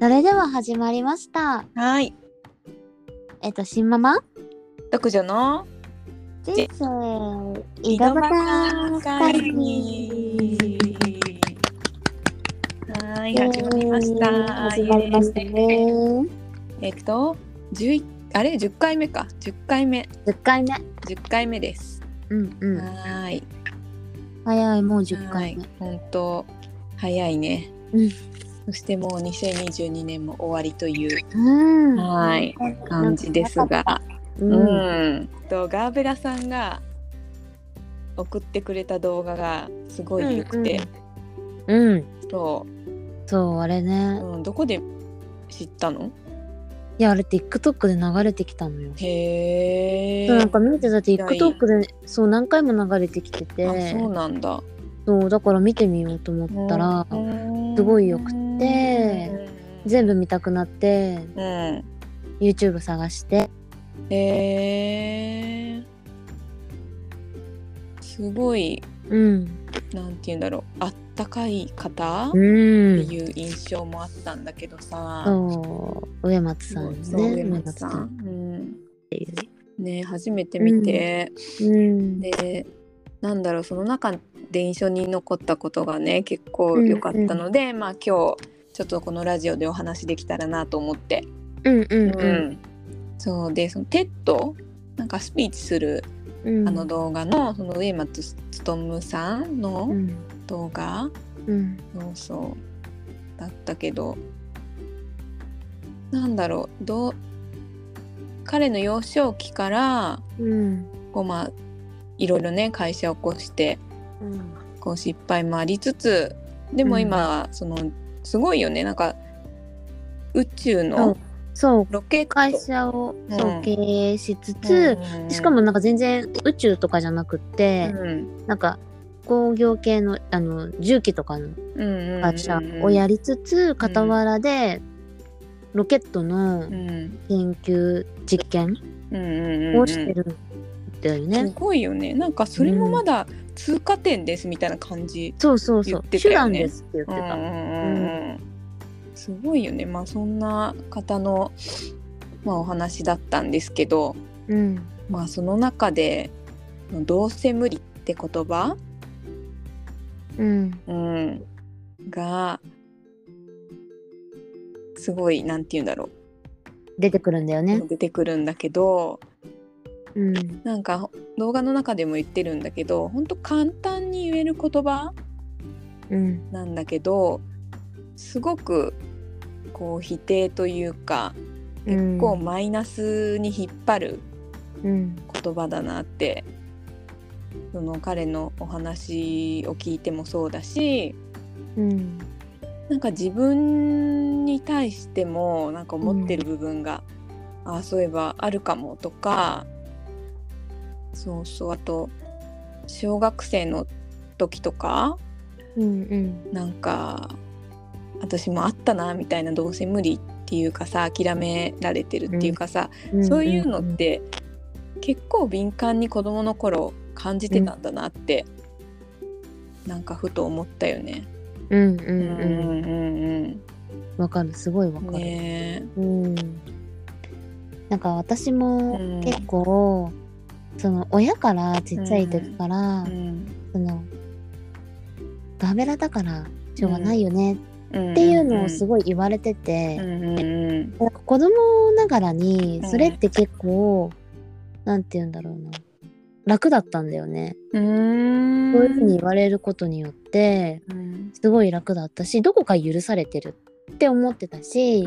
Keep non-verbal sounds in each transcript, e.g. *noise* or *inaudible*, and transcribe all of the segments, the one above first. それでは始まりました。はい。えっと、新ママ独女の人生井戸端会議。はい、始まりました。イエーイ始まりましたね。えっと、十一あれ十回目か、十回目、 10回目。十回目です。うんうん。はーい。早い、もう10回目はい。本当早いね。うんそしてもう2022年も終わりといううん。はい感じですが、う。うんん、とガーベラさんが送ってくれた動画がすごい良くて、うん。そそう、あれう、ね。うん、どこで知ったの？いや、あれ TikTok で流れてきたのよ。へえ。そうなんか見てたって意外 TikTok でそう何回も流れてきてあてそうなんだ。そうだから見てみようと思ったらすごい良くて全部見たくなって部。うん。 YouTube 探してへえ。すごいうんなんて言うんだろうあったかい方ってうんいう印象もあったんだけどさ。そう上松すさごんいねそう上松さっん。うん。ていうね初めて見て、うんでなんだろうその中で印象に残ったことがね結構良かったので、まあ今日ちょっとこのラジオでお話できたらなと思って、うんうんうんんそうでその TED なんかスピーチするうんあの動画の、その上松勉さんうのん動画、うんそうそうだったけどなんだろうどう彼の幼少期からうんこうまあいろいろね会社を起こしてうんこう失敗もありつつでも今、そのすごいよねなんか宇宙そうのそうロケット、会社をうんそう経営しつつうんしかもなんか全然宇宙とかじゃなくっうてんなんか工業系のあの重機とかのうんうんうん会社をやりつつ傍らでロケットのうん研究実験うんうんうんをしてるんだよすね。ごいよねなんかそれもまだ通過点ですみたいな感じ、そうそうそ言う、ってた手よ段ねですって言ってた。うんうんうんすごいよねまあそんな方の、まあ、お話だったんですけどうんまあその中で「どうせ無理」って言葉、うんうん、がすごいなんて言うんだろ出てくるんだよう、ね。出てくるんだけどうんなんか動画の中でも言ってるんだけど本当簡単に言える言葉うんなんだけどすごくこう否定というか結構マイナスに引っ張るうん言葉だなってその彼のお話を聞いてもそうだしうんなんか自分に対してもなんか思ってる部分が、ああそういえばあるかもとかそうそうあと小学生の時とかうんうんなんか私もあったなみたいなどうせ無理っていうかさ諦められてるっていうかさ、うんそういうのって結構敏感に子どもの頃感じてたんだなって、なんかふと思ったよね。うんううんうんんわかるすごいわうんかる。ねうんなんか私もうん結構、その親からちっちゃい時から、えうんそのガベラだからしょうがないよねっうんていうのをすごごい言われてて、うんうんなんか子供ながらにうんそれって結構、なんて言うんだろうな楽だったんだよね、うんそういうふうに言われることによってうんすごい楽だったしどこか許されてるって思ってたし、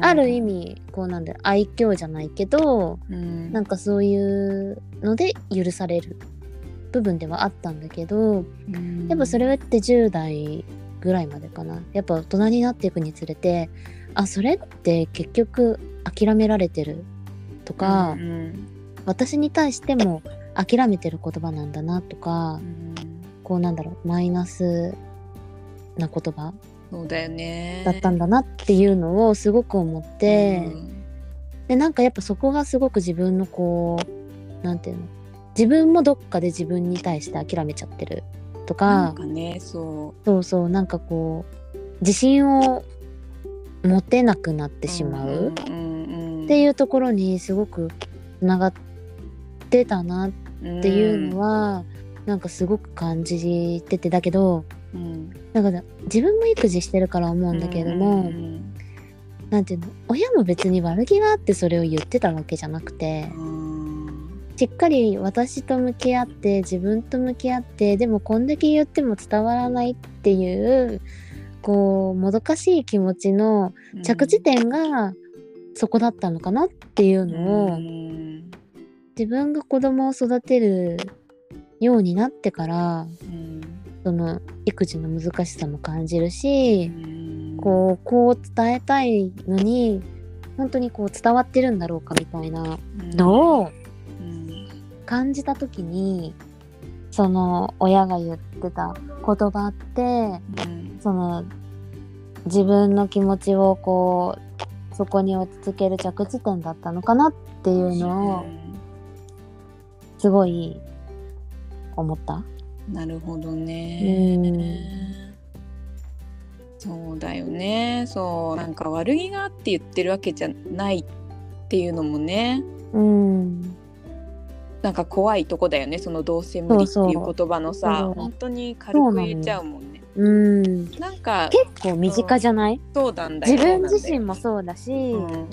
ある意、味こうなんだよ愛嬌じゃないけどうん、なんかそういうので許される部分ではあったんだけどやっぱそれって10代ぐらいまでかなやっぱ大人になっていくにつれてあそれって結局諦められてるとか、うんうん私に対しても諦めてる言葉なんだなとかうんこうなんだろうマイナスな言葉そうだよねだったんだなっていうのをすごく思って、でなんかやっぱそこがすごく自分のこうなんていうの自分もどっかで自分に対して諦めちゃってるとなかんかねそうそうそうなんかこう自信を持てなくなってしまううんうんうん、ってういうところにすごくつながってたなっっていうの、は、なんかすごく感じててだけどうん、なんか自分も育児してるから思うんだけども、うんうんなんていうの親も別に悪気があってそれを言ってたわけじゃなくてうんしっかり私と向き合って自分と向き合ってでもこんだけ言っても伝わらないっていうこうもどかしい気持ちのうん着地点がそこだったのかなっていうのを、うん自分が子供を育てるようになってからうんその育児の難しさも感じるし、うんこうこう伝えたいのに本当にこう伝わってるんだろうかみたいなのをうん感じた時にその親が言ってた言葉ってうんその自分の気持ちをこうそこに落ち着ける着地点だったのかなっていうのをすごい思った。なるほどうんね。そうだよね。そうなんか悪気があって言ってるわけじゃないっていうのもね。うん、なんか怖いとこだよね。そのどうせ無理ってそういそうう言葉のさ、そう本当に軽く言えちゃうもんね。うん、結なんか構身近じゃないそうなんだよ。自分自身もそうだし、そうなんだよ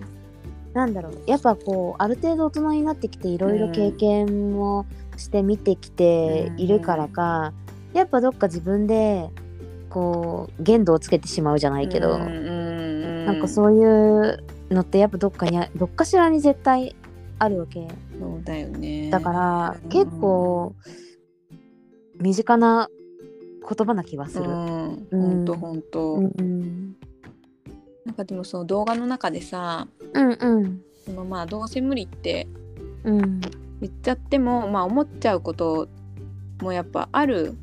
なんだろうやっぱこうある程度大人になってきていろいろ経験もして見てきているからか、やっぱどっか自分でこう限度をつけてしまうじゃなうんいけど、うんうんなんかそういうのってやっぱどっかにあどっかしらに絶対あるわけそうだよね。だから、うん結構身近な言葉な気がすうる。ん、うん本当本当。うんなんかでもその動画の中でさ、うんうんそのまあどうせ無理ってうん言っちゃってもまあ思っちゃうこともやっぱある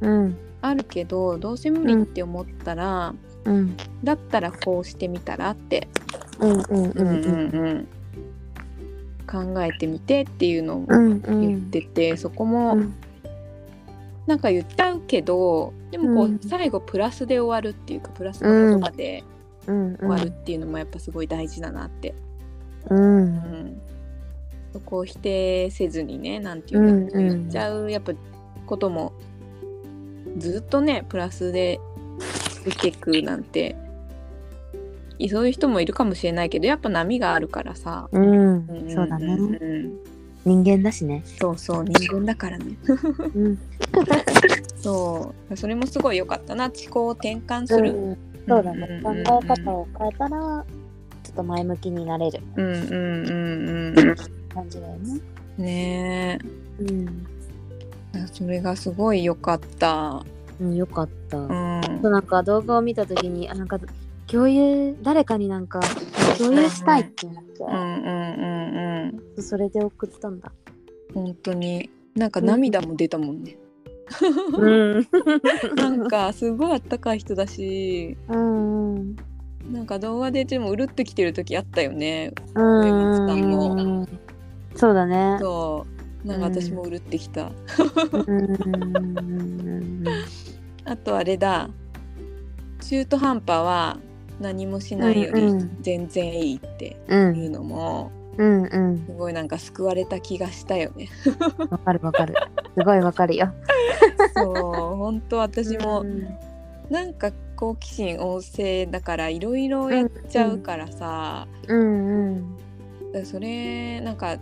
うんあるけどどうせ無理って思ったら、うんだったらこうしてみたらって、うんうんうんうんうんうん考えてみてっていうのをうんうん言ってて、そこうもんなんか言っちゃうけどでもこう、うん最後プラスで終わるっていうかプラスの言葉でうん終わるっていうのもやっぱすごい大事だなって、うんう、んそこを否定せずにねなんていうんだろううんうん言っちゃうやっぱこともずっとねプラスで出てくなんてそういう人もいるかもしれないけどやっぱ波があるからさ、うんんんんんそうだね人間だしね、そうそう人間だからねうん、そうそれもすごい良かったな思考を転換する、そうだね考うんうんうんうんえ方を変えたらちょっと前向きになれるうんうんうんうん感じだよねねうん、えそれがすごい良かったうん、よかった、うあんとなんか動画を見た時にあなんか共有誰かになんか共有したいって思って、うんうんうんうんそれで送ったんだ本当になんか涙も出たもんね、うんなんかすごいあったかい人だしうんうんなんか動画ででもうるってきてる時あったよねうん上口さんうもんそうだねそうなんか私もうるってきた、うんあとあれだ中途半端は何もしないようりんうん全然いいってうんいうのもうんうんすごいなんか救われた気がしたよ *laughs* ねわかるわかるすごいわかるよそう本当私もうんなんか好奇心旺盛だからいろいろやっちゃうからさ、うんうんだからそれなんか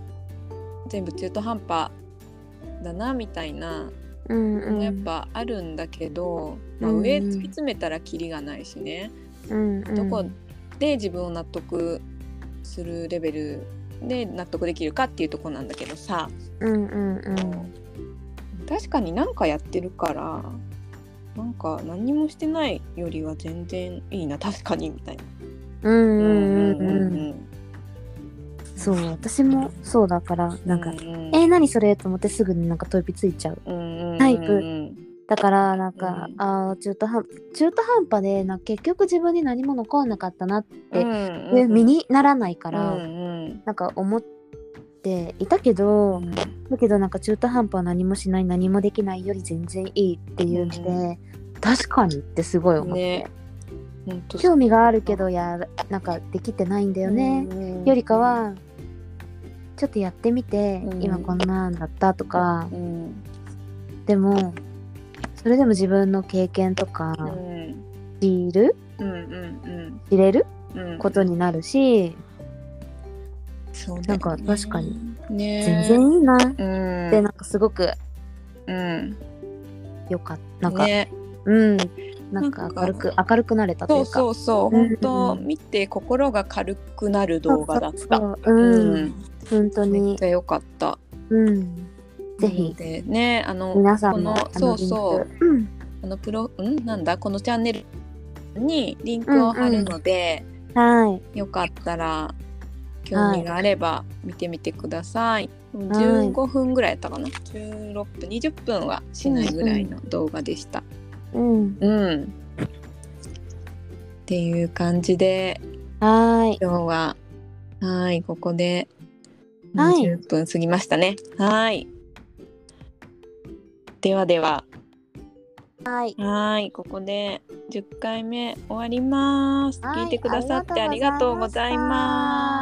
全部中途半端だなみたいな、うんうん、やっぱあるんだけど、まあ、うんうん上突き詰めたらキリがないしね、うんうん、どこで自分を納得するレベルで納得できるかっていうとこなんだけどさ、うんうんうん確かに何かやってるからなんか何もしてないよりは全然いいな確かにみたいな。うんううんううんんうんうんそう私もそうだからなんか、ううんえー、何それと思ってすぐになんか飛びついちゃううんうんうんタイプだからなんか、うんあー中途半中途半端でなんか結局自分に何も残らなかったなってういんうんううん身にならないから、うんなんか思っていたけど、うんだけどなんか中途半端は何もしない何もできないより全然いいっていうので、う確かにってすごい思って、ね本当興味があるけどやなんかできてないんだよね、よりか、はちょっとやってみて、うん今こんなんだったとかう、んでもそれでも自分の経験とかうんうん知るうんうん知れるうんうん、ことになるし、そうなんか確かに、ね、全然いいなっ然てなんかすごくうん、よかったなんか、ね、うんなんかなんか明るく明るくなれたといそううかそうそううん本当、見て心が軽くなる動画だったそうそうそううん、本当めっにちゃ良かったうんぜひでねあの皆さんこものあのそうそうリンクうんあのプロんなんだこのチャンネルにリンクを貼るので、はいよかったら興味があれば見てみてください。15分ぐらいやったかな16分20分はしないぐらいの動画でした。うんうん、っていう感じではい今日ははいここではい20分過ぎましたね。はいではでは。はいはい、ここで10回目終わります。はい聞いてくださってありがとうございます。